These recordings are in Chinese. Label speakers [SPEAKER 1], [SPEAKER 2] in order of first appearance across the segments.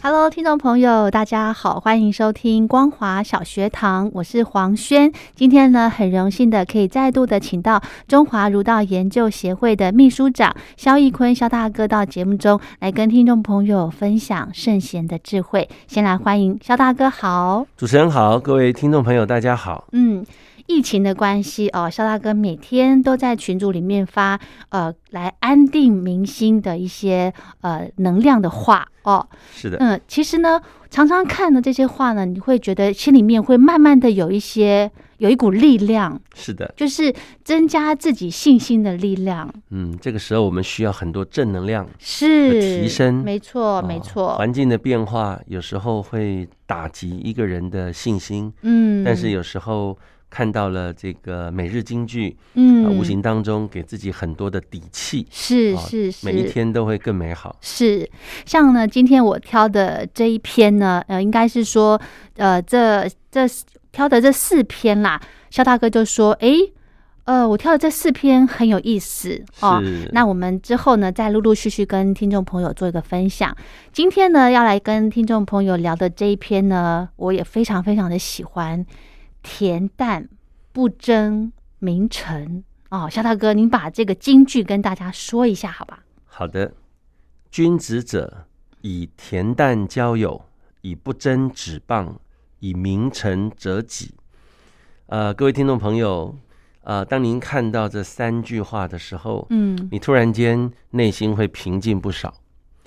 [SPEAKER 1] Hello，听众朋友，大家好，欢迎收听光华小学堂，我是黄轩。今天呢，很荣幸的可以再度的请到中华儒道研究协会的秘书长肖义坤肖大哥到节目中来跟听众朋友分享圣贤的智慧。先来欢迎肖大哥，好，
[SPEAKER 2] 主持人好，各位听众朋友，大家好。
[SPEAKER 1] 嗯。疫情的关系哦，肖大哥每天都在群组里面发呃来安定民心的一些呃能量的话哦，
[SPEAKER 2] 是的，
[SPEAKER 1] 嗯，其实呢，常常看了这些话呢，你会觉得心里面会慢慢的有一些有一股力量，
[SPEAKER 2] 是的，
[SPEAKER 1] 就是增加自己信心的力量，
[SPEAKER 2] 嗯，这个时候我们需要很多正能量。
[SPEAKER 1] 是
[SPEAKER 2] 提升
[SPEAKER 1] 没错，
[SPEAKER 2] 哦
[SPEAKER 1] 没错，
[SPEAKER 2] 环境的变化有时候会打击一个人的信心，
[SPEAKER 1] 嗯，
[SPEAKER 2] 但是有啊时候看到了这个每日金句，啊、
[SPEAKER 1] 嗯，
[SPEAKER 2] 无形当中给自己很多的底气，
[SPEAKER 1] 是
[SPEAKER 2] 哦
[SPEAKER 1] 是是，
[SPEAKER 2] 每一天都会更美好。
[SPEAKER 1] 是，像呢，今天我挑的这一篇呢，呃，应该是说，呃，这这挑的这四篇啦，肖大哥就说，诶，呃，我挑的这四篇很有意思哦。
[SPEAKER 2] 是，
[SPEAKER 1] 那我们之后呢，再陆陆续续跟听众朋友做一个分享。今天呢，要来跟听众朋友聊的这一篇呢，我也非常非常的喜欢，恬淡不争名臣。哦，肖大哥，您把这个金句跟大家说一下，好吧？
[SPEAKER 2] 好的，君子者，以恬淡交友，以不争指棒，以明诚者己。呃，各位听众朋友，呃，当您看到这三句话的时候，
[SPEAKER 1] 嗯，
[SPEAKER 2] 你突然间内心会平静不少。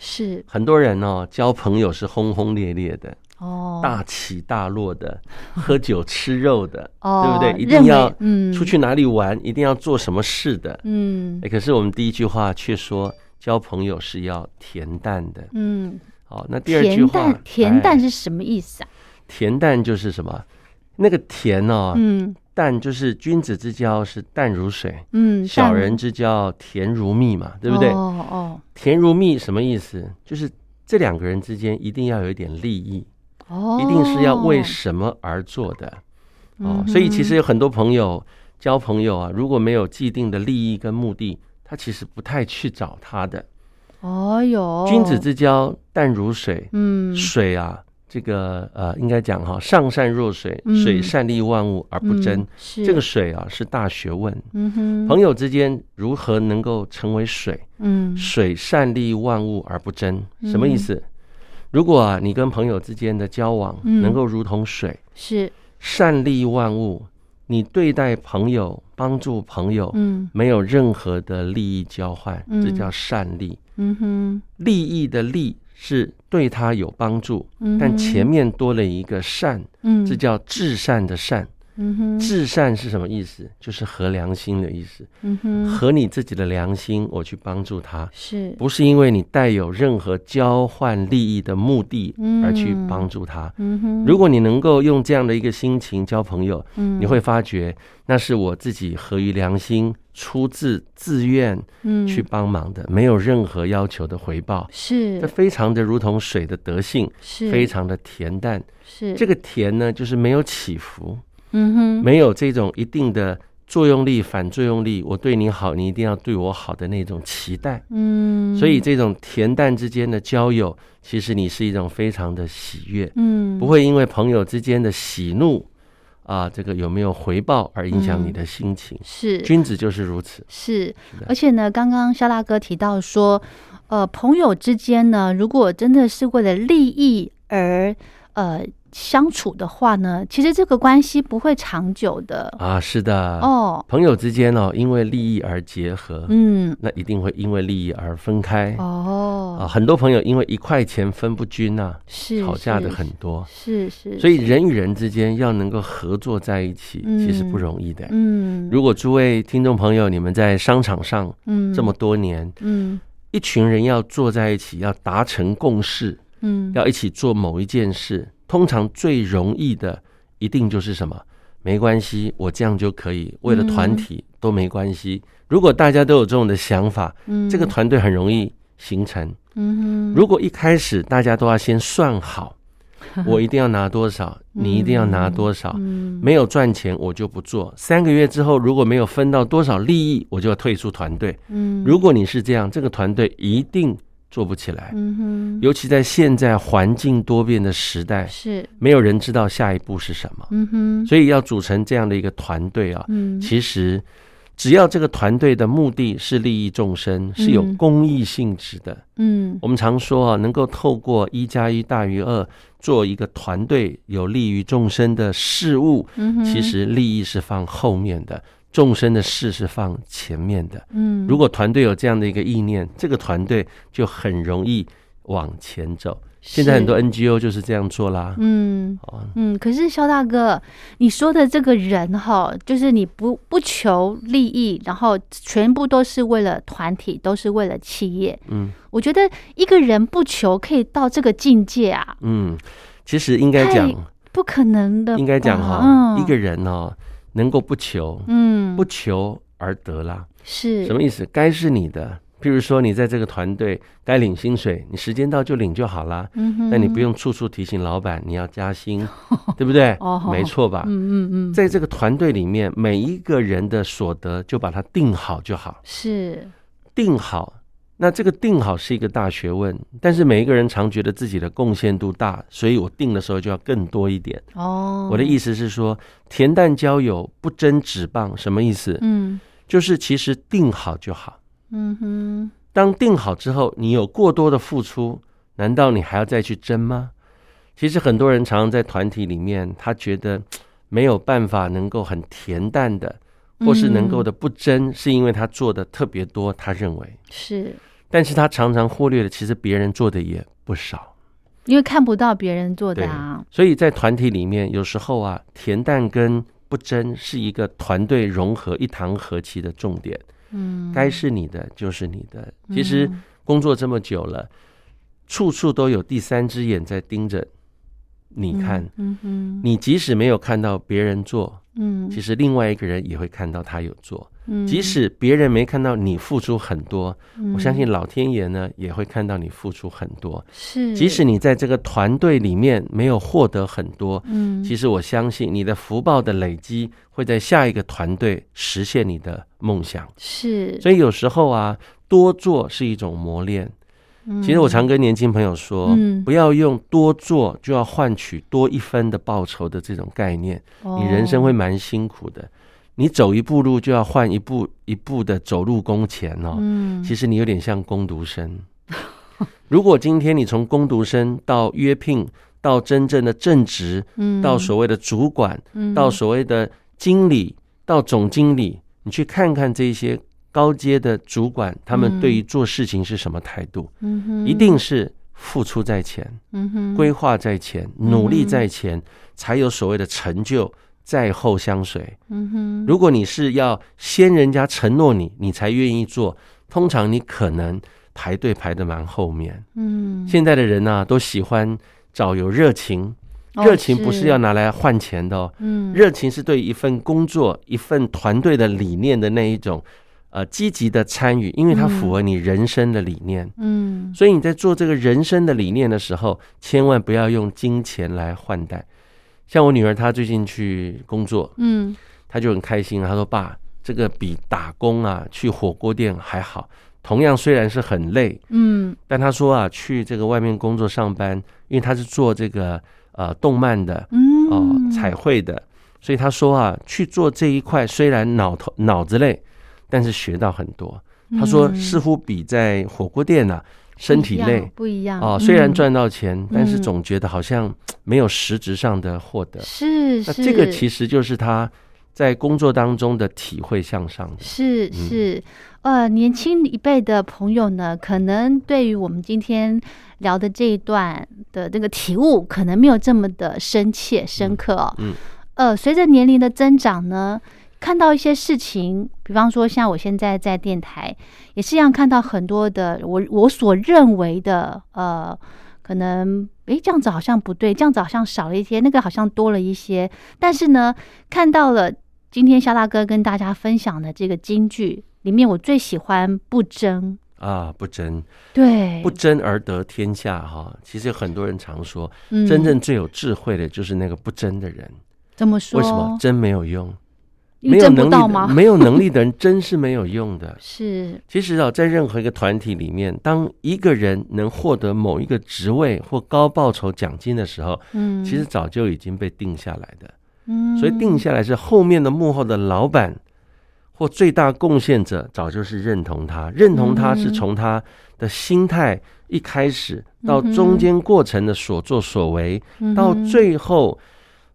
[SPEAKER 1] 是
[SPEAKER 2] 很多人哦，交朋友是轰轰烈烈的，
[SPEAKER 1] 哦，
[SPEAKER 2] 大起大落的， 喝酒吃肉的，
[SPEAKER 1] 哦，
[SPEAKER 2] 对不对？一
[SPEAKER 1] 认
[SPEAKER 2] 定
[SPEAKER 1] 为
[SPEAKER 2] 要
[SPEAKER 1] 嗯
[SPEAKER 2] 出去哪里玩，一定要做什么事的。
[SPEAKER 1] 嗯
[SPEAKER 2] 欸可是我们第一句话却说交朋友是要恬淡的。
[SPEAKER 1] 嗯，
[SPEAKER 2] 好，那第二句
[SPEAKER 1] 恬
[SPEAKER 2] 话
[SPEAKER 1] 淡，恬淡
[SPEAKER 2] 哎
[SPEAKER 1] 是什么意思啊？
[SPEAKER 2] 恬淡就是什么？那个恬哦，
[SPEAKER 1] 嗯
[SPEAKER 2] 淡就是君子之交是淡如水，
[SPEAKER 1] 嗯，
[SPEAKER 2] 小
[SPEAKER 1] 淡
[SPEAKER 2] 人之交甜如蜜嘛，对不对？
[SPEAKER 1] 哦哦
[SPEAKER 2] 甜如蜜什么意思？就是这两个人之间一定要有一点利益，
[SPEAKER 1] 哦，
[SPEAKER 2] 一定是要为什么而做的
[SPEAKER 1] 嗯
[SPEAKER 2] 哦。所以其实有很多朋友交朋友啊，如果没有既定的利益跟目的，他其实不太去找他的。
[SPEAKER 1] 哦哟，
[SPEAKER 2] 君子之交淡如水，
[SPEAKER 1] 嗯
[SPEAKER 2] 水啊，这个呃，应该讲哈，上善若水，
[SPEAKER 1] 嗯
[SPEAKER 2] 水善利万物而不争
[SPEAKER 1] 嗯。是
[SPEAKER 2] 这个水啊，是大学问。
[SPEAKER 1] 嗯哼
[SPEAKER 2] 朋友之间如何能够成为水？
[SPEAKER 1] 嗯
[SPEAKER 2] 水善利万物而不争，
[SPEAKER 1] 嗯
[SPEAKER 2] 什么意思？如果啊，你跟朋友之间的交往
[SPEAKER 1] 嗯
[SPEAKER 2] 能够如同水，
[SPEAKER 1] 是
[SPEAKER 2] 善利万物，你对待朋友、帮助朋友，
[SPEAKER 1] 嗯
[SPEAKER 2] 没有任何的利益交换，
[SPEAKER 1] 嗯
[SPEAKER 2] 这叫善利。
[SPEAKER 1] 嗯哼
[SPEAKER 2] 利益的利是对他有帮助，
[SPEAKER 1] 嗯哼，
[SPEAKER 2] 但前面多了一个善，
[SPEAKER 1] 嗯
[SPEAKER 2] 这叫至善的善。
[SPEAKER 1] 嗯哼
[SPEAKER 2] 至善是什么意思？就是合良心的意思，
[SPEAKER 1] 嗯哼
[SPEAKER 2] 合你自己的良心，我去帮助他，
[SPEAKER 1] 是
[SPEAKER 2] 不是因为你带有任何交换利益的目的而去帮助他。
[SPEAKER 1] 嗯哼，嗯
[SPEAKER 2] 如果你能够用这样的一个心情交朋友，
[SPEAKER 1] 你
[SPEAKER 2] 你会发觉那是我自己合于良心、出自自愿
[SPEAKER 1] 嗯
[SPEAKER 2] 去帮忙的，没有任何要求的回报。这
[SPEAKER 1] 是
[SPEAKER 2] 非常的如同水的德性，
[SPEAKER 1] 是
[SPEAKER 2] 非常的恬淡。
[SPEAKER 1] 是
[SPEAKER 2] 这个恬呢，就是没有起伏，
[SPEAKER 1] 嗯哼
[SPEAKER 2] 没有这种一定的作用力、反作用力。我对你好，你一定要对我好的那种期待。
[SPEAKER 1] 嗯，
[SPEAKER 2] 所以这种恬淡之间的交友，其实你是一种非常的喜悦，
[SPEAKER 1] 嗯
[SPEAKER 2] 不会因为朋友之间的喜怒啊，这个有没有回报而影响你的心情。
[SPEAKER 1] 是
[SPEAKER 2] 君子就是如此，
[SPEAKER 1] 是
[SPEAKER 2] 的，
[SPEAKER 1] 而且呢，刚刚肖大哥提到说，呃，朋友之间呢，如果真的是为了利益而呃相处的话呢，其实这个关系不会长久的。
[SPEAKER 2] 啊，是的，
[SPEAKER 1] 哦，
[SPEAKER 2] 朋友之间哦，因为利益而结合，
[SPEAKER 1] 嗯，
[SPEAKER 2] 那一定会因为利益而分开。啊，
[SPEAKER 1] 哦，
[SPEAKER 2] 很多朋友因为一块钱分不均啊呐、
[SPEAKER 1] 是
[SPEAKER 2] 吵架的
[SPEAKER 1] 是
[SPEAKER 2] 很多。
[SPEAKER 1] 是是，
[SPEAKER 2] 所以
[SPEAKER 1] 是
[SPEAKER 2] 人与人之间要能够合作在一起，
[SPEAKER 1] 嗯
[SPEAKER 2] 其实不容易的。
[SPEAKER 1] 嗯，
[SPEAKER 2] 如果诸位听众朋友，你们在商场上
[SPEAKER 1] 嗯
[SPEAKER 2] 这么多年，
[SPEAKER 1] 嗯
[SPEAKER 2] 一群人要坐在一起，要达成共识，
[SPEAKER 1] 嗯
[SPEAKER 2] 要一起做某一件事，通常最容易的一定就是什么？没关系，我这样就可以。为了团体都没关系。如果大家都有这种的想法，
[SPEAKER 1] 嗯
[SPEAKER 2] 这个团队很容易形成。
[SPEAKER 1] 嗯哼
[SPEAKER 2] 如果一开始大家都要先 算好，我一定要拿多少，你一定要拿多少，
[SPEAKER 1] 嗯
[SPEAKER 2] 没有赚钱我就不做。三个月之后，如果没有分到多少利益，我就要退出团队。
[SPEAKER 1] 嗯
[SPEAKER 2] 如果你是这样，这个团队一定做不起来。
[SPEAKER 1] 嗯哼
[SPEAKER 2] 尤其在现在环境多变的时代，
[SPEAKER 1] 是
[SPEAKER 2] 没有人知道下一步是什么，
[SPEAKER 1] 嗯哼
[SPEAKER 2] 所以要组成这样的一个团队啊，
[SPEAKER 1] 嗯
[SPEAKER 2] 其实只要这个团队的目的是利益众生，是有
[SPEAKER 1] 嗯
[SPEAKER 2] 公益性质的。
[SPEAKER 1] 嗯
[SPEAKER 2] 我们常说啊，能够透过一加一大于二做一个团队有利于众生的事物，
[SPEAKER 1] 嗯哼
[SPEAKER 2] 其实利益是放后面的，众生的事是放前面的。
[SPEAKER 1] 嗯
[SPEAKER 2] 如果团队有这样的一个意念，这个团队就很容易往前走。现在很多
[SPEAKER 1] 是
[SPEAKER 2] NGO 就是这样做啦。
[SPEAKER 1] 嗯
[SPEAKER 2] 哦，
[SPEAKER 1] 嗯，可是肖大哥，你说的这个人哈，就是你不不求利益，然后全部都是为了团体，都是为了企业。
[SPEAKER 2] 嗯
[SPEAKER 1] 我觉得一个人不求可以到这个境界啊，
[SPEAKER 2] 嗯，其实应该讲，
[SPEAKER 1] 不可能的吧。
[SPEAKER 2] 应该讲哈、
[SPEAKER 1] 嗯，
[SPEAKER 2] 一个人哦，能够不求，
[SPEAKER 1] 嗯
[SPEAKER 2] 不求而得啦。
[SPEAKER 1] 是
[SPEAKER 2] 什么意思？该是你的，譬如说你在这个团队该领薪水，你时间到就领就好啦。
[SPEAKER 1] 嗯哼，
[SPEAKER 2] 但你不用处处提醒老板你要加薪，对不对
[SPEAKER 1] 哦？
[SPEAKER 2] 没错吧？
[SPEAKER 1] 嗯嗯嗯，
[SPEAKER 2] 在这个团队里面，每一个人的所得就把它定好就好，
[SPEAKER 1] 是
[SPEAKER 2] 定好。那这个定好是一个大学问，但是每一个人常觉得自己的贡献度大，所以我定的时候就要更多一点。
[SPEAKER 1] 哦，
[SPEAKER 2] 我的意思是说，恬淡交友，不争纸棒，什么意思？
[SPEAKER 1] 嗯
[SPEAKER 2] 就是其实定好就好。
[SPEAKER 1] 嗯哼，
[SPEAKER 2] 当定好之后，你有过多的付出，难道你还要再去争吗？其实很多人常常在团体里面，他觉得嘖没有办法能够很恬淡的，或是能够的不争，是因为他做的特别多，他认为，
[SPEAKER 1] 是
[SPEAKER 2] 但是他常常忽略了，其实别人做的也不少。
[SPEAKER 1] 因为看不到别人做的啊，
[SPEAKER 2] 所以在团体里面，有时候啊，恬淡跟不争是一个团队融合、一堂和气的重点。
[SPEAKER 1] 嗯，
[SPEAKER 2] 该是你的就是你的。其实
[SPEAKER 1] 嗯
[SPEAKER 2] 工作这么久了，处处都有第三只眼在盯着。你看，
[SPEAKER 1] 嗯哼，
[SPEAKER 2] 你即使没有看到别人做，
[SPEAKER 1] 嗯，
[SPEAKER 2] 其实另外一个人也会看到他有做。
[SPEAKER 1] 嗯
[SPEAKER 2] 即使别人没看到你付出很多，我相
[SPEAKER 1] 嗯
[SPEAKER 2] 信老天爷呢也会看到你付出很多。
[SPEAKER 1] 是，
[SPEAKER 2] 即使你在这个团队里面没有获得很多，
[SPEAKER 1] 嗯，
[SPEAKER 2] 其实我相信你的福报的累积会在下一个团队实现你的梦想。
[SPEAKER 1] 是，
[SPEAKER 2] 所以有时候啊，多做是一种磨练。
[SPEAKER 1] 以
[SPEAKER 2] 其实我常跟年轻朋友说，
[SPEAKER 1] 嗯
[SPEAKER 2] 不要用多做就要换取多一分的报酬的这种概念，
[SPEAKER 1] 哦
[SPEAKER 2] 你人生会蛮辛苦的。你走一步路就要换一步一步的走路工钱哦。
[SPEAKER 1] 嗯，
[SPEAKER 2] 其实你有点像工读生。 如果今天你从工读生到约聘，到真正的正职，
[SPEAKER 1] 嗯
[SPEAKER 2] 到所谓的主管，
[SPEAKER 1] 嗯
[SPEAKER 2] 到所谓的经理到总经理，你去看看这些高阶的主管，他们对于做事情是什么态度，
[SPEAKER 1] 嗯哼
[SPEAKER 2] 一定是付出在前，
[SPEAKER 1] 嗯哼
[SPEAKER 2] 规划在前，努力在前，才有所谓的成就。在后相随。
[SPEAKER 1] 嗯哼
[SPEAKER 2] 如果你是要先人家承诺你，你才愿意做，通常你可能排队排得蛮后面。
[SPEAKER 1] 嗯
[SPEAKER 2] 现在的人呢、都喜欢找有热情，
[SPEAKER 1] 哦
[SPEAKER 2] 热情不是要拿来换钱的哦，
[SPEAKER 1] 嗯
[SPEAKER 2] 热情是对一份工作、一份团队的理念的那一种，呃，积极的参与，因为它符合你人生的理念。
[SPEAKER 1] 嗯
[SPEAKER 2] 所以你在做这个人生的理念的时候，千万不要用金钱来换代。像我女儿，她最近去工作，
[SPEAKER 1] 嗯
[SPEAKER 2] 她就很开心，她说：“爸，这个比打工啊，去火锅店还好。同样虽然是很累，
[SPEAKER 1] 嗯
[SPEAKER 2] 但她说啊，去这个外面工作上班，因为她是做这个呃动漫的，
[SPEAKER 1] 嗯
[SPEAKER 2] 哦，彩绘的。所以他说啊，去做这一块虽然脑头
[SPEAKER 1] 嗯
[SPEAKER 2] 脑子累，但是学到很多。他说，似乎比在火锅店呢、啊身体累
[SPEAKER 1] 不一样嗯
[SPEAKER 2] 哦，虽然、赚到钱，但是总觉得好像没有实质上的获得
[SPEAKER 1] 嗯、。是
[SPEAKER 2] 那
[SPEAKER 1] 是
[SPEAKER 2] 这个其实就是他在工作当中的体会向上的。
[SPEAKER 1] 是
[SPEAKER 2] 嗯
[SPEAKER 1] 是，呃，年轻一辈的朋友呢，可能对于我们今天聊的这一段的这个体悟，可能没有这么的深切深刻哦。
[SPEAKER 2] 嗯
[SPEAKER 1] 呃，随着年龄的增长呢，看到一些事情，比方说像我现在在电台，也是一样看到很多的我我所认为的呃，可能诶这样子好像不对，这样子好像少了一些，那个好像多了一些，但是呢，看到了今天肖大哥跟大家分享的这个京剧里面，我最喜欢不争，
[SPEAKER 2] 啊，不争
[SPEAKER 1] 对，
[SPEAKER 2] 不争而得天下哈、其实有很多人常说，
[SPEAKER 1] 嗯
[SPEAKER 2] 真正最有智慧的就是那个不争的人。
[SPEAKER 1] 怎么说？
[SPEAKER 2] 为什么争没有用？
[SPEAKER 1] 因
[SPEAKER 2] 没
[SPEAKER 1] 为
[SPEAKER 2] 有
[SPEAKER 1] 争不
[SPEAKER 2] 能
[SPEAKER 1] 到
[SPEAKER 2] 力的
[SPEAKER 1] 吗？
[SPEAKER 2] 没有能力的人争是没有用的。
[SPEAKER 1] 是，
[SPEAKER 2] 其实啊，在任何一个团体里面，当一个人能获得某一个职位或高报酬奖金的时候，
[SPEAKER 1] 嗯，
[SPEAKER 2] 其实早就已经被定下来的。
[SPEAKER 1] 嗯，
[SPEAKER 2] 所以定下来是后面的幕后的老板或最大贡献者，早就是认同他，认同他是从他的心态一开始到中间过程的所作所为，
[SPEAKER 1] 嗯嗯哼
[SPEAKER 2] 到最后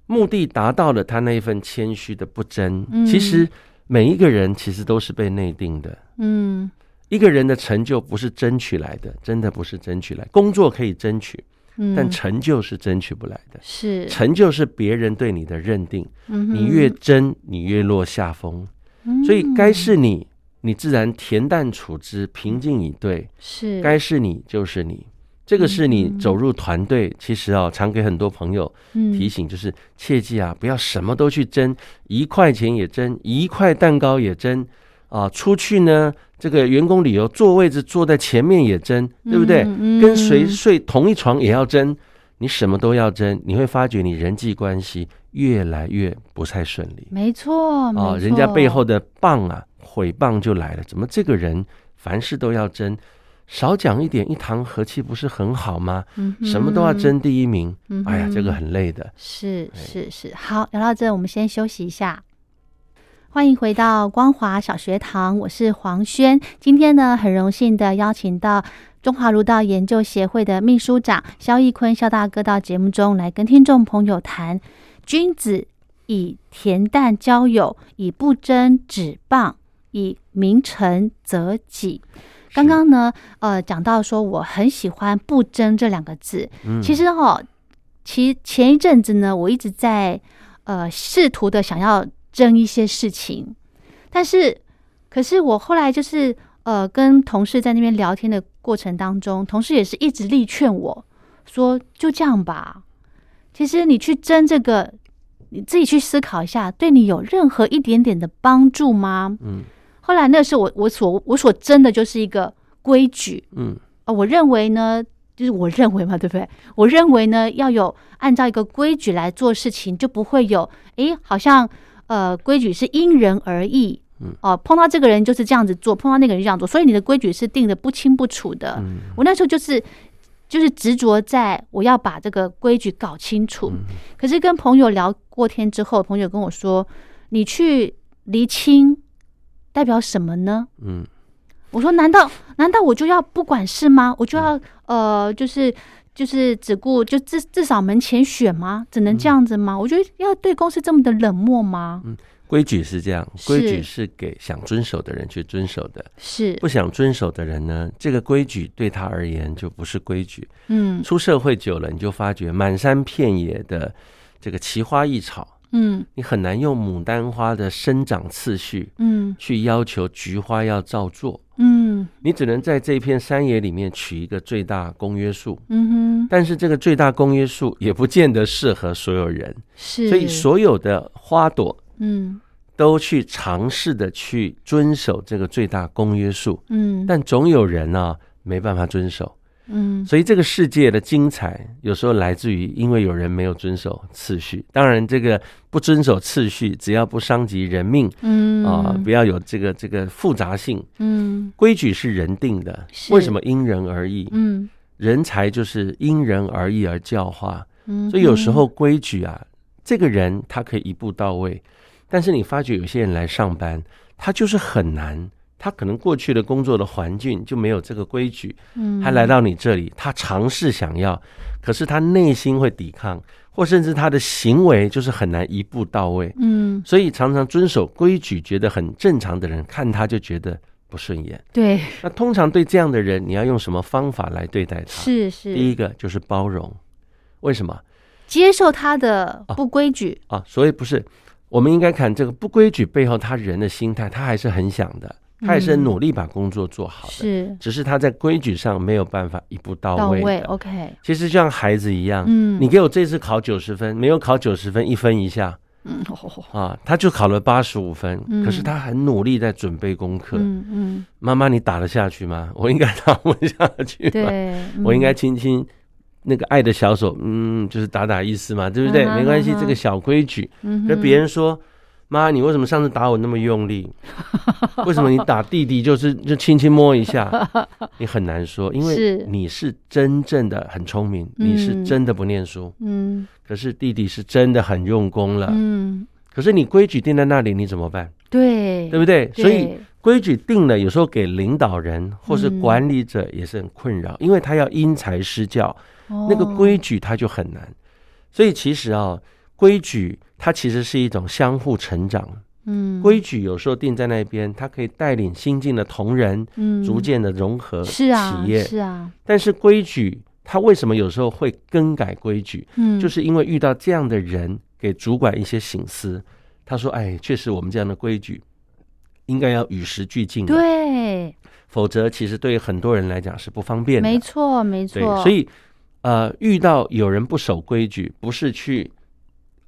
[SPEAKER 2] 目的达到了他那一份谦虚的不争。
[SPEAKER 1] 嗯
[SPEAKER 2] 其实每一个人其实都是被内定的。
[SPEAKER 1] 嗯
[SPEAKER 2] 一个人的成就不是争取来的，真的不是争取来。工作可以争取，
[SPEAKER 1] 嗯，
[SPEAKER 2] 但成就是争取不来的。
[SPEAKER 1] 是嗯
[SPEAKER 2] 成就是别人对你的认定，你
[SPEAKER 1] 你
[SPEAKER 2] 越争，你越落下风。
[SPEAKER 1] 嗯
[SPEAKER 2] 所以该是你，你自然恬淡处之，平静以对；
[SPEAKER 1] 是
[SPEAKER 2] 该是你就是你。这个是你走入团队，其实啊，常给很多朋友提
[SPEAKER 1] 提
[SPEAKER 2] 醒，就是切记啊，不要什么都去争，一块钱也争，一块蛋糕也争啊。出去呢，这个员工旅游坐位置坐在前面也争，
[SPEAKER 1] 嗯
[SPEAKER 2] 对不对？跟谁睡同一床也要争，你什么都要争，你会发觉你人际关系越来越不太顺利
[SPEAKER 1] 没错，没
[SPEAKER 2] 哦，人家背
[SPEAKER 1] 错
[SPEAKER 2] 后的棒啊，毁谤就来了。怎么这个人凡事都要争？少讲一点，一堂和气不是很好吗？什么都要，争第一名，
[SPEAKER 1] 嗯哼
[SPEAKER 2] 哎呀，这个。
[SPEAKER 1] 嗯哼
[SPEAKER 2] 很累的。
[SPEAKER 1] 是
[SPEAKER 2] 哎
[SPEAKER 1] 是是，好，聊到这，我们先休息一下。欢迎回到光华小学堂，我是黄轩。今天呢，很荣幸的邀请到中华儒道研究协会的秘书长肖义坤肖大哥到节目中来跟听众朋友谈“君子以恬淡交友，以不争止谤，以明诚则己”。刚
[SPEAKER 2] 是
[SPEAKER 1] 刚呢，呃，讲到说我很喜欢“不争”这两个字，
[SPEAKER 2] 嗯
[SPEAKER 1] 其实哈、其前一阵子呢，我一直在呃试图的想要争一些事情，但是可是我后来就是呃跟同事在那边聊天的过程当中，同事也是一直力劝我说就这样吧，其实你去争这个，你自己去思考一下，对你有任何一点点的帮助吗？
[SPEAKER 2] 嗯
[SPEAKER 1] 后来那是我我所我所争的就是一个规矩，
[SPEAKER 2] 嗯
[SPEAKER 1] 呃，我认为呢，就是我认为嘛，对不对？我认为呢，要有按照一个规矩来做事情，就不会有诶，好像呃，规矩是因人而异。
[SPEAKER 2] 嗯
[SPEAKER 1] 哦、碰到这个人就是这样子做，碰到那个人就这样做，所以你的规矩是定的不清不楚的。
[SPEAKER 2] 嗯
[SPEAKER 1] 我那时候就是就是执着在我要把这个规矩搞清楚。
[SPEAKER 2] 嗯
[SPEAKER 1] 可是跟朋友聊过天之后，朋友跟我说：“你去厘清代表什么呢？”
[SPEAKER 2] 嗯，
[SPEAKER 1] 我说：“难道难道我就要不管事吗？我就要、呃，就是就是只顾就至至少门前雪吗？只能这样子吗？我觉得要对公司这么的冷漠吗？
[SPEAKER 2] 规矩是这样，规
[SPEAKER 1] 是
[SPEAKER 2] 矩是给想遵守的人去遵守的，
[SPEAKER 1] 是，
[SPEAKER 2] 不想遵守的人呢，这个规矩对他而言就不是规矩。
[SPEAKER 1] 嗯
[SPEAKER 2] 出社会久了，你就发觉满山遍野的这个奇花异草，
[SPEAKER 1] 嗯
[SPEAKER 2] 你很难用牡丹花的生长次序
[SPEAKER 1] 嗯
[SPEAKER 2] 去要求菊花要照做，
[SPEAKER 1] 嗯
[SPEAKER 2] 你只能在这片山野里面取一个最大公约数。
[SPEAKER 1] 嗯哼，
[SPEAKER 2] 但是这个最大公约数也不见得适合所有人，
[SPEAKER 1] 是，
[SPEAKER 2] 所以所有的花朵
[SPEAKER 1] 嗯
[SPEAKER 2] 都去尝试的去遵守这个最大公约数，
[SPEAKER 1] 嗯，
[SPEAKER 2] 但总有人呢、没办法遵守。
[SPEAKER 1] 嗯
[SPEAKER 2] 所以这个世界的精彩，有时候来自于因为有人没有遵守次序。当然，这个不遵守次序，只要不伤及人命
[SPEAKER 1] 嗯
[SPEAKER 2] 啊、不要有这个这个复杂性。
[SPEAKER 1] 嗯
[SPEAKER 2] 规矩是人定的，
[SPEAKER 1] 是
[SPEAKER 2] 为什么因人而异？
[SPEAKER 1] 嗯
[SPEAKER 2] 人才就是因人而异而教化。
[SPEAKER 1] 嗯，
[SPEAKER 2] 所以有时候规矩啊，这个人他可以一步到位，但是你发觉有些人来上班，他就是很难他可能过去的工作的环境就没有这个规矩，
[SPEAKER 1] 嗯
[SPEAKER 2] 他来到你这里，他尝试想要，可是他内心会抵抗，或甚至他的行为就是很难一步到位。
[SPEAKER 1] 嗯，
[SPEAKER 2] 所以常常遵守规矩觉得很正常的人，看他就觉得不顺眼。
[SPEAKER 1] 对，
[SPEAKER 2] 那通常对这样的人，你要用什么方法来对待他？
[SPEAKER 1] 是
[SPEAKER 2] 第
[SPEAKER 1] 是，
[SPEAKER 2] 一个就是包容。为什么
[SPEAKER 1] 接受他的
[SPEAKER 2] 啊
[SPEAKER 1] 不规矩，
[SPEAKER 2] 啊？所以不是我们应该看这个不规矩背后他人的心态，他还是很想的，他也是很
[SPEAKER 1] 嗯
[SPEAKER 2] 努力把工作做好的，
[SPEAKER 1] 是
[SPEAKER 2] 只是他在规矩上没有办法一步
[SPEAKER 1] 到
[SPEAKER 2] 到位的。
[SPEAKER 1] 位，OK，
[SPEAKER 2] 其实就像孩子一样，
[SPEAKER 1] 嗯
[SPEAKER 2] 你给我这次考九十分，没有考九十分，一分一下
[SPEAKER 1] 嗯，
[SPEAKER 2] 啊，他就考了八十五分，
[SPEAKER 1] 嗯
[SPEAKER 2] 可是他很努力在准备功课。
[SPEAKER 1] 嗯嗯，
[SPEAKER 2] 妈妈，你打得下去吗？我应该打不下去吗？
[SPEAKER 1] 对，
[SPEAKER 2] 我应该
[SPEAKER 1] 嗯
[SPEAKER 2] 亲亲那个爱的小手，嗯，就是打打意思嘛，对不对？
[SPEAKER 1] 嗯哼
[SPEAKER 2] 没关系，
[SPEAKER 1] 嗯哼
[SPEAKER 2] 这个小规矩。
[SPEAKER 1] 嗯
[SPEAKER 2] 那
[SPEAKER 1] 哼
[SPEAKER 2] 别人说。妈，你为什么上次打我那么 用力？为什么你打弟弟就是就轻轻摸一下？ 你很难说，因为
[SPEAKER 1] 是
[SPEAKER 2] 你是真正的很聪明，
[SPEAKER 1] 嗯
[SPEAKER 2] 你是真的不念书，
[SPEAKER 1] 嗯
[SPEAKER 2] 可是弟弟是真的很用功了。
[SPEAKER 1] 嗯，
[SPEAKER 2] 可是你规矩定在那里，你怎么办？
[SPEAKER 1] 对，
[SPEAKER 2] 对不对？所以
[SPEAKER 1] 对
[SPEAKER 2] 规矩定了，有时候给领导人或是
[SPEAKER 1] 嗯
[SPEAKER 2] 管理者也是很困扰，因为他要因材施教，那个
[SPEAKER 1] 哦
[SPEAKER 2] 规矩它就很难。所以其实啊，规矩它其实是一种相互成长。
[SPEAKER 1] 嗯
[SPEAKER 2] 规矩有时候定在那边，它可以带领新进的同仁
[SPEAKER 1] 嗯
[SPEAKER 2] 逐渐的融合企
[SPEAKER 1] 是啊
[SPEAKER 2] 业。
[SPEAKER 1] 是啊，
[SPEAKER 2] 但是规矩它为什么有时候会更改规矩？
[SPEAKER 1] 嗯，
[SPEAKER 2] 就是因为遇到这样的人，给主管一些醒思。他说：“哎，确实我们这样的规矩应该要与时俱进的，
[SPEAKER 1] 对，
[SPEAKER 2] 否则其实对于很多人来讲是不方便的。
[SPEAKER 1] 没错没
[SPEAKER 2] 对，
[SPEAKER 1] 错，
[SPEAKER 2] 所以呃，遇到有人不守规矩，不是去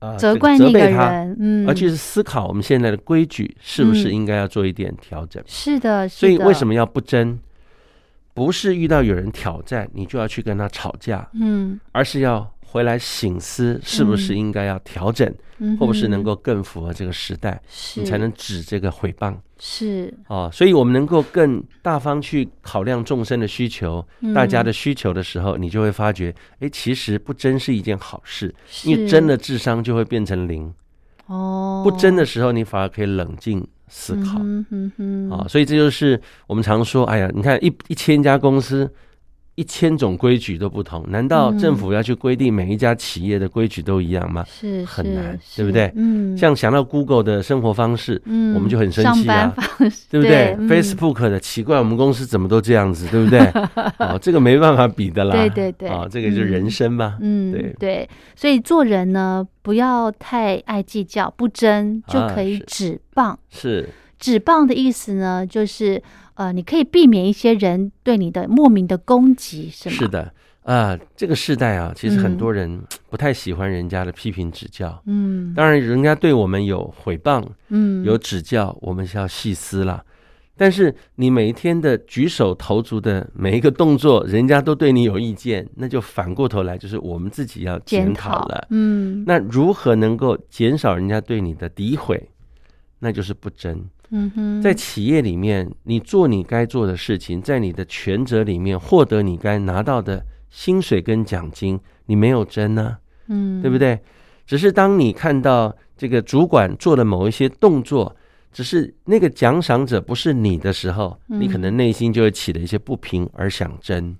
[SPEAKER 2] 呃
[SPEAKER 1] 责怪
[SPEAKER 2] 这
[SPEAKER 1] 那
[SPEAKER 2] 个
[SPEAKER 1] 个
[SPEAKER 2] 责备他，
[SPEAKER 1] 人，嗯，
[SPEAKER 2] 而去思考我们现在的规矩是不是
[SPEAKER 1] 嗯
[SPEAKER 2] 应该要做一点调整。
[SPEAKER 1] 是的，
[SPEAKER 2] 所以
[SPEAKER 1] 是的
[SPEAKER 2] 为什么要不争？不是遇到有人挑战你就要去跟他吵架，
[SPEAKER 1] 嗯
[SPEAKER 2] 而是要回来醒思是不是
[SPEAKER 1] 嗯
[SPEAKER 2] 应该要调整，
[SPEAKER 1] 嗯
[SPEAKER 2] 或不是能
[SPEAKER 1] 哼
[SPEAKER 2] 够更符合这个时代，
[SPEAKER 1] 是
[SPEAKER 2] 你才能止这个毁谤。
[SPEAKER 1] 是
[SPEAKER 2] 哦，所以我们能够更大方去考量众生的需求，大家
[SPEAKER 1] 嗯
[SPEAKER 2] 的需求的时候，你就会发觉，哎，其实不争是一件好事，因为
[SPEAKER 1] 是
[SPEAKER 2] 争的智商就会变成零，
[SPEAKER 1] 哦，
[SPEAKER 2] 不争的时候，你反而可以冷静思考。
[SPEAKER 1] 嗯哼嗯哼
[SPEAKER 2] 啊、所以这就是我们常说，哎呀，你看一一千家公司，一千种规矩都不同，难道政
[SPEAKER 1] 嗯
[SPEAKER 2] 府要去规定每一家企业的规矩都一样吗？
[SPEAKER 1] 是
[SPEAKER 2] 很
[SPEAKER 1] 是
[SPEAKER 2] 难
[SPEAKER 1] 是
[SPEAKER 2] 对不对
[SPEAKER 1] 嗯，
[SPEAKER 2] 像想到 Google 的生活方式，
[SPEAKER 1] 嗯，
[SPEAKER 2] 我们就很生
[SPEAKER 1] 上
[SPEAKER 2] 气
[SPEAKER 1] 班
[SPEAKER 2] 啊
[SPEAKER 1] 方式
[SPEAKER 2] 对不对
[SPEAKER 1] 对嗯
[SPEAKER 2] f a c e b o o k 的奇怪，我们公司怎么都这样子，对 不对？哦，这个没办法比的啦。
[SPEAKER 1] 对对对
[SPEAKER 2] 哦，这个就是
[SPEAKER 1] 嗯
[SPEAKER 2] 人生嘛。
[SPEAKER 1] 嗯，
[SPEAKER 2] 对
[SPEAKER 1] 对，所以做人呢，不要太爱计较，不争就
[SPEAKER 2] 啊
[SPEAKER 1] 可以
[SPEAKER 2] 是
[SPEAKER 1] 止谤。
[SPEAKER 2] 是
[SPEAKER 1] 止谤的意思呢，就是呃，你可以避免一些人对你的莫名的攻击，是吗？
[SPEAKER 2] 是，的啊、这个世代啊，其实很
[SPEAKER 1] 嗯
[SPEAKER 2] 多人不太喜欢人家的批评指教。
[SPEAKER 1] 嗯，
[SPEAKER 2] 当然，人家对我们有毁谤、
[SPEAKER 1] 嗯，
[SPEAKER 2] 有指教，我们是要细思啦。但是你每一天的举手投足的每一个动作，人家都对你有意见，那就反过头来就是我们自己要检
[SPEAKER 1] 检
[SPEAKER 2] 讨了。
[SPEAKER 1] 嗯，
[SPEAKER 2] 那如何能够减少人家对你的诋毁？那就是不争。
[SPEAKER 1] 嗯哼，
[SPEAKER 2] 在企业里面，你做你该做的事情，在你的权责里面获得你该拿到的薪水跟奖金，你没有争呢、
[SPEAKER 1] 嗯，
[SPEAKER 2] 对不？对？只是当你看到这个主管做了某一些动作，只是那个奖赏者不是你的时候，
[SPEAKER 1] 嗯
[SPEAKER 2] 你可能内心就会起了一些不平而想争。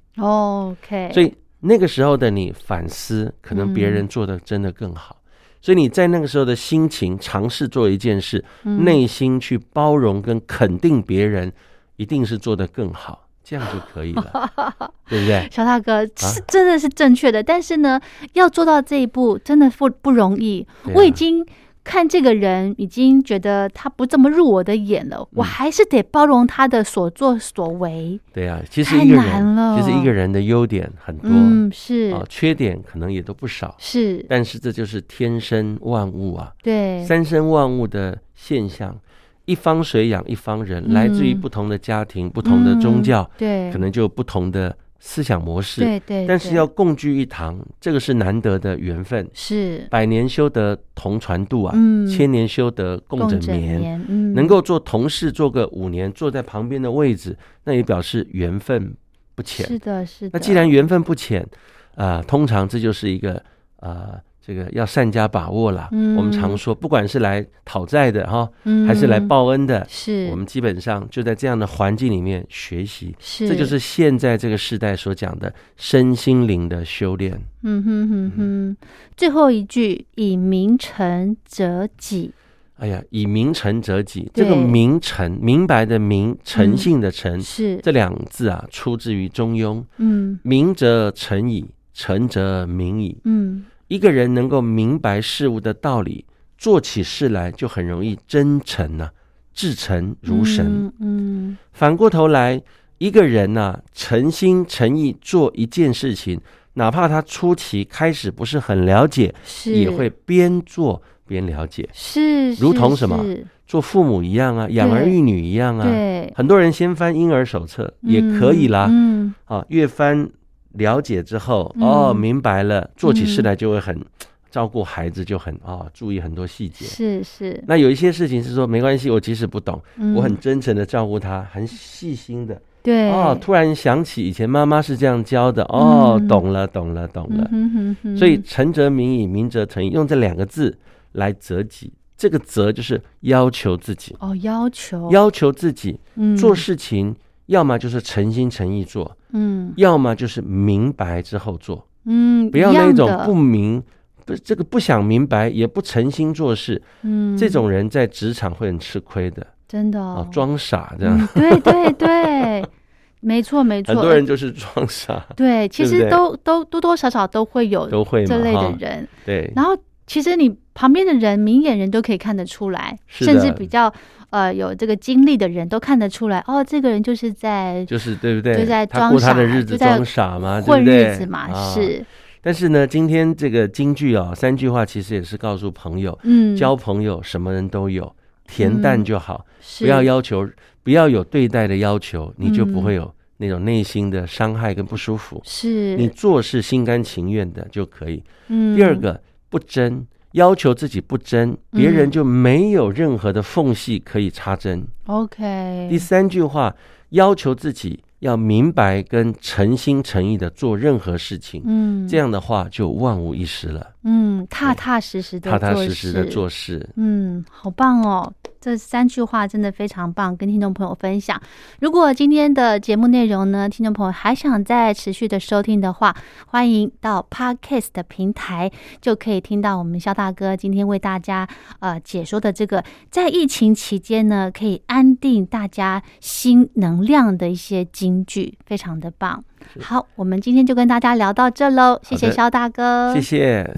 [SPEAKER 1] OK，
[SPEAKER 2] 所以那个时候的你反思，可能别
[SPEAKER 1] 嗯
[SPEAKER 2] 人做的真的更好。所以你在那个时候的心情，尝试做一件事，
[SPEAKER 1] 嗯
[SPEAKER 2] 内心去包容跟肯定别人，一定是做得更好，这样就可以了， 对不对？
[SPEAKER 1] 小大哥是真的是正确的，但是呢，要做到这一步真的不不容易。
[SPEAKER 2] 对啊
[SPEAKER 1] 我已经看这个人，已经觉得他不这么入我的眼
[SPEAKER 2] 嗯
[SPEAKER 1] 了，我还是得包容他的所作所为。
[SPEAKER 2] 对呀、其实
[SPEAKER 1] 太
[SPEAKER 2] 一个
[SPEAKER 1] 难
[SPEAKER 2] 人，
[SPEAKER 1] 了
[SPEAKER 2] 其实一个人的优点很多，
[SPEAKER 1] 嗯，是、
[SPEAKER 2] 啊，缺点可能也都不少，
[SPEAKER 1] 是，
[SPEAKER 2] 但是这就是天生万物啊，
[SPEAKER 1] 对，
[SPEAKER 2] 三生万物的现象。一方水养一方人，来自于
[SPEAKER 1] 嗯
[SPEAKER 2] 不同的家庭、不同的宗
[SPEAKER 1] 嗯
[SPEAKER 2] 教，
[SPEAKER 1] 对，
[SPEAKER 2] 可能就有不同的思想模式。
[SPEAKER 1] 对对，
[SPEAKER 2] 但是
[SPEAKER 1] 对
[SPEAKER 2] 要共聚一堂，这个是难得的缘分。
[SPEAKER 1] 是
[SPEAKER 2] 百年修得同船渡啊，
[SPEAKER 1] 嗯
[SPEAKER 2] 千年修得共枕
[SPEAKER 1] 枕
[SPEAKER 2] 眠。
[SPEAKER 1] 眠，嗯，
[SPEAKER 2] 能够做同事做个五年，坐在旁边的位置，那也表示缘分不
[SPEAKER 1] 是
[SPEAKER 2] 浅。
[SPEAKER 1] 的，是的。
[SPEAKER 2] 那既然缘分不浅，啊、通常这就是一个啊、呃这个要善加把握啦。
[SPEAKER 1] 嗯
[SPEAKER 2] 我们常说，不管是来讨债的哈，
[SPEAKER 1] 嗯
[SPEAKER 2] 还是来报恩的，
[SPEAKER 1] 是
[SPEAKER 2] 我们基本上就在这样的环境里面学习。
[SPEAKER 1] 嗯是
[SPEAKER 2] 这就是现在这个时代所讲的身心灵的修炼。
[SPEAKER 1] 嗯哼哼哼，最后一句以明诚则己，
[SPEAKER 2] 哎呀，以明诚则己，
[SPEAKER 1] 对嗯
[SPEAKER 2] 这个明诚，明白的明，诚信的诚，
[SPEAKER 1] 是
[SPEAKER 2] 嗯这两个字啊，出自于《中庸》。
[SPEAKER 1] 嗯
[SPEAKER 2] 明则诚矣，诚则明矣。
[SPEAKER 1] 嗯
[SPEAKER 2] 一个人能够明白事物的道理，做起事来就很容易真诚呐、至诚如神。
[SPEAKER 1] 嗯嗯
[SPEAKER 2] 反过头来，一个人呐、诚心诚意做一件事情，哪怕他初期开始不是很了解，
[SPEAKER 1] 是
[SPEAKER 2] 也会边做边了解。
[SPEAKER 1] 是
[SPEAKER 2] 如
[SPEAKER 1] 是
[SPEAKER 2] 同什么
[SPEAKER 1] 是
[SPEAKER 2] 做父母一样啊，养儿
[SPEAKER 1] 对
[SPEAKER 2] 育女一样啊。
[SPEAKER 1] 对
[SPEAKER 2] 很多人先翻婴儿手册也可以啦，
[SPEAKER 1] 嗯
[SPEAKER 2] 啊，越翻了解之后，
[SPEAKER 1] 嗯
[SPEAKER 2] 哦，明白了，做起事
[SPEAKER 1] 嗯
[SPEAKER 2] 来就会很、照顾孩子，就很啊、哦注意很多细节。
[SPEAKER 1] 是是，
[SPEAKER 2] 那有一些事情是说没关系，我即使不懂，我很
[SPEAKER 1] 嗯
[SPEAKER 2] 真诚的照顾他，很细心的。
[SPEAKER 1] 对
[SPEAKER 2] 哦，突然想起以前妈妈是这样教的，哦，
[SPEAKER 1] 嗯
[SPEAKER 2] 懂了，懂了，懂了。
[SPEAKER 1] 嗯哼哼
[SPEAKER 2] 所以
[SPEAKER 1] 哼
[SPEAKER 2] 诚则明矣，明则诚矣，用这两个字来责己。这个责就是要求自己，
[SPEAKER 1] 哦要求
[SPEAKER 2] 要求自己
[SPEAKER 1] 嗯
[SPEAKER 2] 做事情，要么就是诚心诚意做，
[SPEAKER 1] 嗯
[SPEAKER 2] 要么就是明白之后做，
[SPEAKER 1] 嗯
[SPEAKER 2] 不要
[SPEAKER 1] 一
[SPEAKER 2] 那
[SPEAKER 1] 样
[SPEAKER 2] 种
[SPEAKER 1] 的
[SPEAKER 2] 不明。不，这个不想明白，也不诚心做事，
[SPEAKER 1] 嗯
[SPEAKER 2] 这种人在职场会很吃亏的
[SPEAKER 1] 真的
[SPEAKER 2] 啊
[SPEAKER 1] 哦，
[SPEAKER 2] 装傻这 样，
[SPEAKER 1] 嗯对对对，没错没错，
[SPEAKER 2] 很多人就是装傻，
[SPEAKER 1] 对，其
[SPEAKER 2] 对不
[SPEAKER 1] 实
[SPEAKER 2] 对
[SPEAKER 1] 都都多多少少都会有
[SPEAKER 2] 都会嘛
[SPEAKER 1] 哦这类的
[SPEAKER 2] 哈。
[SPEAKER 1] 人。
[SPEAKER 2] 对，
[SPEAKER 1] 然后其实你旁边的人，明眼人都可以看得出来，
[SPEAKER 2] 是
[SPEAKER 1] 甚
[SPEAKER 2] 的
[SPEAKER 1] 至比较呃有这个经历的人都看得出来，哦，这个人就是在
[SPEAKER 2] 就是对不对？
[SPEAKER 1] 就在
[SPEAKER 2] 他
[SPEAKER 1] 装
[SPEAKER 2] 过他
[SPEAKER 1] 傻
[SPEAKER 2] 的日子
[SPEAKER 1] 就在
[SPEAKER 2] 装傻嘛，对
[SPEAKER 1] 混
[SPEAKER 2] 不
[SPEAKER 1] 日
[SPEAKER 2] 对
[SPEAKER 1] 子嘛，
[SPEAKER 2] 啊
[SPEAKER 1] 是，
[SPEAKER 2] 但是呢，今天这个京剧啊，三句话其实也是告诉朋友，
[SPEAKER 1] 嗯，
[SPEAKER 2] 交朋友什么人都有，恬淡
[SPEAKER 1] 嗯
[SPEAKER 2] 就好，
[SPEAKER 1] 是
[SPEAKER 2] 不要要求，不要有对待的要求，你就不
[SPEAKER 1] 嗯
[SPEAKER 2] 会有那种内心的伤害跟不舒服。
[SPEAKER 1] 是
[SPEAKER 2] 你做事心甘情愿的就可以。
[SPEAKER 1] 嗯
[SPEAKER 2] 第二个，不争。要求自己不争，别人
[SPEAKER 1] 嗯
[SPEAKER 2] 就没有任何的缝隙可以插针。
[SPEAKER 1] ，OK，
[SPEAKER 2] 第三句话，要求自己要明白跟诚心诚意的做任何事情，
[SPEAKER 1] 嗯，
[SPEAKER 2] 这样的话就万无一失了，
[SPEAKER 1] 嗯，踏踏实实的
[SPEAKER 2] 踏踏实实的做事。
[SPEAKER 1] 嗯，好棒哦！这三句话真的非常棒，跟听众朋友分享。如果今天的节目内容呢，听众朋友还想再持续的收听的话，欢迎到 Podcast 的平台，就可以听到我们肖大哥今天为大家呃解说的这个，在疫情期间呢，可以安定大家心能量的一些金句，非常的棒。好，我们今天就跟大家聊到这喽，谢谢
[SPEAKER 2] 好的
[SPEAKER 1] 肖大哥，
[SPEAKER 2] 谢谢。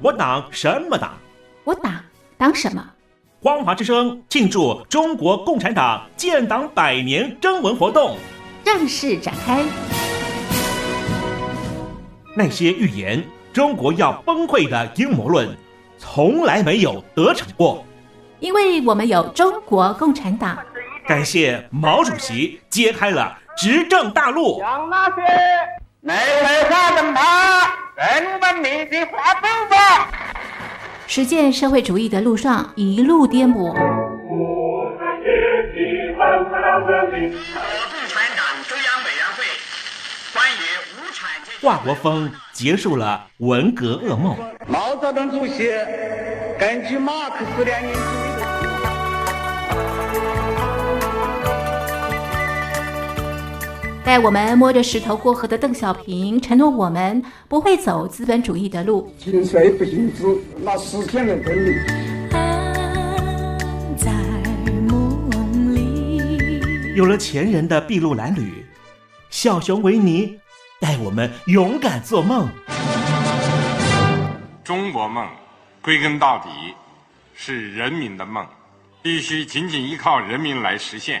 [SPEAKER 3] 我党什么党？
[SPEAKER 4] 我党党什么？
[SPEAKER 3] 光华之声庆祝中国共产党建党百年征文活动，
[SPEAKER 4] 正式展开。
[SPEAKER 3] 那些预言中国要崩溃的阴谋论，从来没有得逞过。
[SPEAKER 4] 因为我们有中国共产党。
[SPEAKER 3] 感谢毛主席揭开了执政大陆。
[SPEAKER 5] 讲那些没文化的马，人文明的花头发。
[SPEAKER 4] 实践社会主义的路上一路颠簸，
[SPEAKER 6] 共产党中央委员会关于无产阶级。
[SPEAKER 3] 华国锋结束了文革噩梦，
[SPEAKER 7] 毛泽东主席根据马克思列宁主义的
[SPEAKER 4] 带我们摸着石头过河的邓小平承诺我们不会走资本主义的路。
[SPEAKER 7] 井水不进资，那实现了真理。
[SPEAKER 4] 在梦里，
[SPEAKER 3] 有了前人的筚路蓝缕，小熊维尼带我们勇敢做梦。
[SPEAKER 8] 中国梦，归根到底是人民的梦，必须紧紧依靠人民来实现。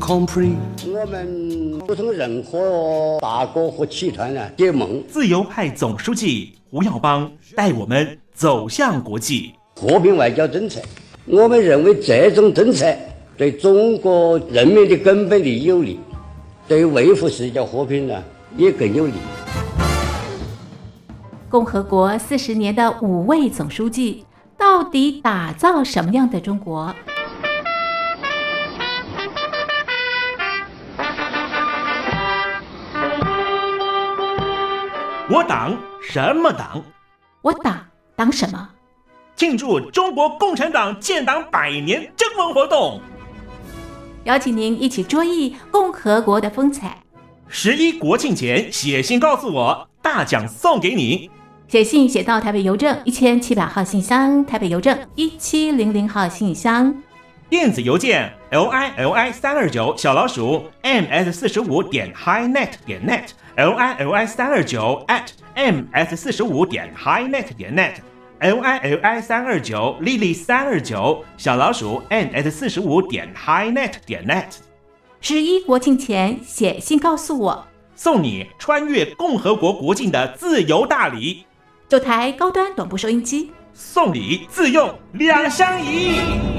[SPEAKER 9] 我们不曾任何大国和集团呢结盟。
[SPEAKER 3] 自由派总书记胡耀邦带我们走向国际。
[SPEAKER 9] 和平外交政策，我们认为这种政策对中国人民的根本利益有利，对维护世界和平呢也更有利。
[SPEAKER 4] 共和国四十年的五位总书记到底打造什么样的中国？
[SPEAKER 3] 我党什么党？
[SPEAKER 4] 我党党什么？
[SPEAKER 3] 庆祝中国共产党建党百年征文活动，
[SPEAKER 4] 邀请您一起追忆共和国的风采。
[SPEAKER 3] 十一国庆前写信告诉我，大奖送给你。
[SPEAKER 4] 写信写到台北邮政一千七百号信箱，台北邮政一七零零号信箱。
[SPEAKER 3] 电子邮件 l i l i 三二九小老鼠 m s 四十五点 highnet E 点 net l i l i 三二九 at m s 四十五点 highnet E 点 net l i l i 三二九 lily 三二九小老鼠 m s 四十五点 highnet E 点 net
[SPEAKER 4] 十一国庆前写信告诉我，
[SPEAKER 3] 送你穿越共和国国境的自由大礼，
[SPEAKER 4] 九台高端短波收音机，
[SPEAKER 3] 送礼自用两相宜。